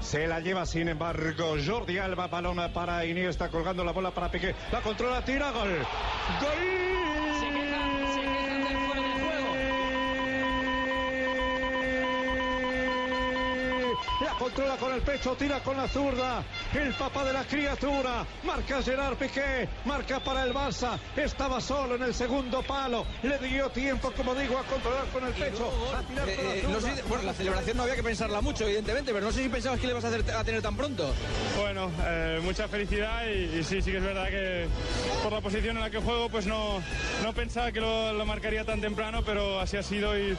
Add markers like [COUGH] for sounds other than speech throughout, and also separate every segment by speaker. Speaker 1: Se la lleva, sin embargo, Jordi Alba, balona para Iniesta, colgando la bola para Piqué. La controla, tira, gol. ¡Gol!
Speaker 2: Se quejan, se quejan del fuera de juego.
Speaker 1: La controla con el pecho, tira con la zurda. El papá de la criatura. Marca Gerard Piqué. Marca para el Barça. Estaba solo en el segundo palo. Le dio tiempo, como digo, a controlar con el pecho. A tirar con la
Speaker 3: Eh, eh, no sé si-
Speaker 1: zurda.
Speaker 3: bueno, la celebración no había que pensarla mucho, evidentemente, pero no sé si pensabas que le vas a, hacer- a tener tan pronto.
Speaker 4: Bueno, eh, mucha felicidad y, y sí, sí que es verdad que por la posición en la que juego pues no, no pensaba que lo, lo marcaría tan temprano, pero así ha sido y,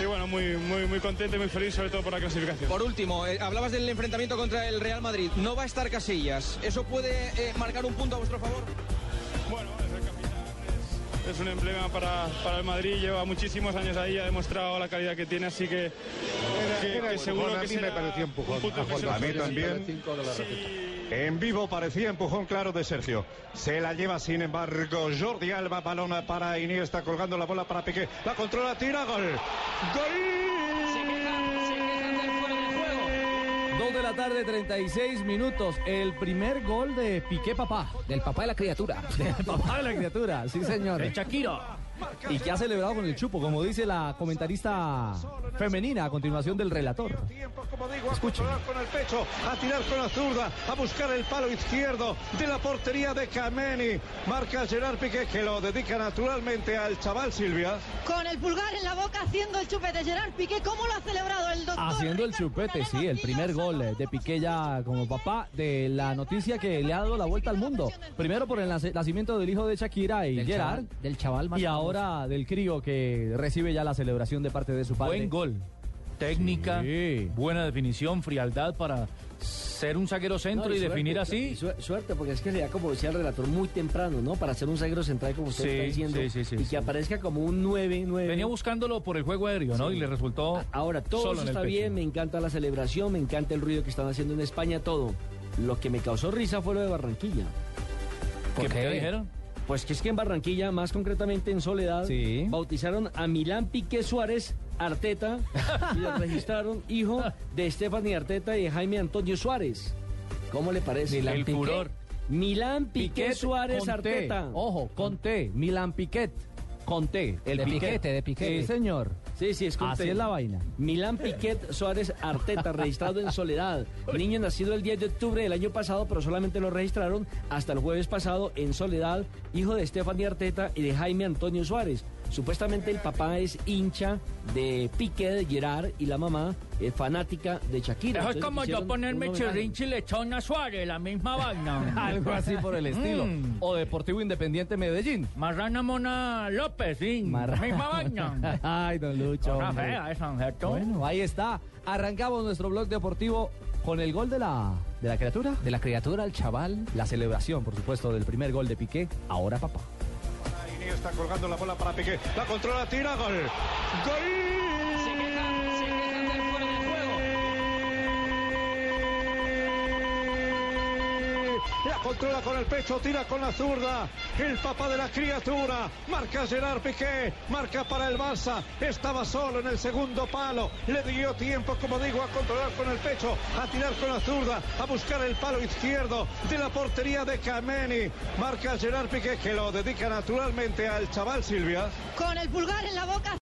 Speaker 4: y bueno, muy, muy, muy contento y muy feliz sobre todo por la clasificación.
Speaker 3: Por último, eh, hablabas del enfrentamiento contra el Real Madrid. No va a estar Casillas. ¿Eso puede eh, marcar un punto a vuestro favor?
Speaker 4: Bueno, es el capitán, es, es un emblema para, para el Madrid, lleva muchísimos años ahí, ha demostrado la calidad que tiene, así que, que- que seguro
Speaker 1: Bueno, a
Speaker 4: que
Speaker 1: mí
Speaker 4: será
Speaker 1: me pareció empujón.
Speaker 4: un punto
Speaker 1: A mí
Speaker 4: impresionante.
Speaker 1: también. En vivo parecía empujón claro de Sergio. Se la lleva sin embargo Jordi Alba, balona para Iniesta, colgando la bola para Piqué. La controla, tira, gol. ¡Gol!
Speaker 2: Se quejan, se quejan del fuera de juego.
Speaker 5: 2 de la tarde, 36 minutos. El primer gol de Piqué Papá. Del papá de la criatura. [LAUGHS] Del papá de la criatura, sí, señor. El Shakiro. Y que ha celebrado con el chupo, como dice la comentarista femenina a continuación del relator.
Speaker 1: Tiempo, como digo, a controlar con el pecho, a tirar con la zurda, a buscar el palo izquierdo de la portería de Kameni. Marca Gerard Piqué que lo dedica naturalmente al chaval Silvia.
Speaker 6: Con el pulgar en la boca haciendo el chupete Gerard Piqué, ¿cómo lo ha celebrado el doctor?
Speaker 5: Haciendo el
Speaker 6: Ricardo
Speaker 5: chupete,
Speaker 6: Moreno
Speaker 5: sí, el
Speaker 6: Gil
Speaker 5: primer gol
Speaker 6: Lozano?
Speaker 5: eh, de Piqué ya como papá de la noticia que le ha dado la vuelta al mundo. Primero por el nace- nacimiento del hijo de Shakira y Gerard. Del chaval más Y ahora del crío que recibe ya la celebración de parte de su padre.
Speaker 7: Buen gol. Técnica,
Speaker 5: Sí.
Speaker 7: buena definición, frialdad para ser un zaguero centro y, definir así.
Speaker 8: suerte, porque es que sería como decía el relator muy temprano, ¿no? Para ser un zaguero central, como usted
Speaker 7: Sí,
Speaker 8: está diciendo.
Speaker 7: sí, sí, sí,
Speaker 8: y que
Speaker 7: sí.
Speaker 8: aparezca como un 9, 9.
Speaker 7: Venía buscándolo por el juego aéreo, ¿no?
Speaker 8: Sí.
Speaker 7: Y le resultó.
Speaker 8: Ahora, todo
Speaker 7: solo
Speaker 8: eso
Speaker 7: en el
Speaker 8: está
Speaker 7: pecho.
Speaker 8: bien, me encanta la celebración, me encanta el ruido que están haciendo en España, todo. Lo que me causó risa fue lo de Barranquilla.
Speaker 7: ¿Qué, qué dijeron?
Speaker 8: Pues que es que en Barranquilla, más concretamente en Soledad,
Speaker 5: Sí.
Speaker 8: bautizaron a Milán Piqué Suárez
Speaker 7: [LAUGHS]
Speaker 8: Arteta y lo registraron hijo de Stephanie Arteta y de Jaime Antonio Suárez. ¿Cómo le parece?
Speaker 7: El
Speaker 8: Piqué.
Speaker 7: furor.
Speaker 8: Milán Piqué,
Speaker 5: Piquet
Speaker 8: Suárez
Speaker 5: con T.
Speaker 8: Arteta.
Speaker 5: Ojo, con T. Milan Piquet. Con T. El
Speaker 8: De
Speaker 5: Piquet.
Speaker 8: piquete, de piquete.
Speaker 5: Sí, señor.
Speaker 8: Sí, sí, es con
Speaker 5: Así
Speaker 8: T.
Speaker 5: es la vaina.
Speaker 8: Milán Piquet Suárez Arteta, registrado en Soledad. Niño nacido el 10 de octubre del año pasado, pero solamente lo registraron hasta el jueves pasado en Soledad, hijo de Stephanie Arteta y de Jaime Antonio Suárez. Supuestamente el papá es hincha de Piqué de Gerard y la mamá es fanática de Shakira.
Speaker 7: Eso es
Speaker 8: Entonces
Speaker 7: como yo
Speaker 8: quisieron
Speaker 7: ponerme
Speaker 8: un homenaje.
Speaker 7: chirrinchi y lechona Suárez, la misma
Speaker 8: [LAUGHS]
Speaker 7: vaina.
Speaker 5: Algo así por el estilo.
Speaker 7: Mm.
Speaker 5: O Deportivo Independiente Medellín.
Speaker 7: Marrana Mona López, sí. La
Speaker 5: Marra-
Speaker 7: misma
Speaker 8: [LAUGHS]
Speaker 7: vaina.
Speaker 5: Ay, don Lucho.
Speaker 7: Una
Speaker 5: hombre.
Speaker 7: fea esa, ¿cierto?
Speaker 5: Bueno, ahí está. Arrancamos nuestro blog deportivo con el gol de la, de la criatura. De la criatura, el chaval. La celebración, por supuesto, del primer gol de Piqué. Ahora papá.
Speaker 1: Iniesta colgando la bola para Piqué. La controla, tira, gol. ¡Gol!
Speaker 2: Se quejan, se quejan del fuera de juego.
Speaker 1: La controla con el pecho, tira con la zurda. El papá de la criatura. Marca Gerard Piqué. Marca para el Barça. Estaba solo en el segundo palo. Le dio tiempo, como digo, a controlar con el pecho. A tirar con la zurda. A buscar el palo izquierdo de la portería de Kameni. Marca Gerard Piqué que lo dedica naturalmente al chaval Silvia.
Speaker 6: Con el pulgar en la boca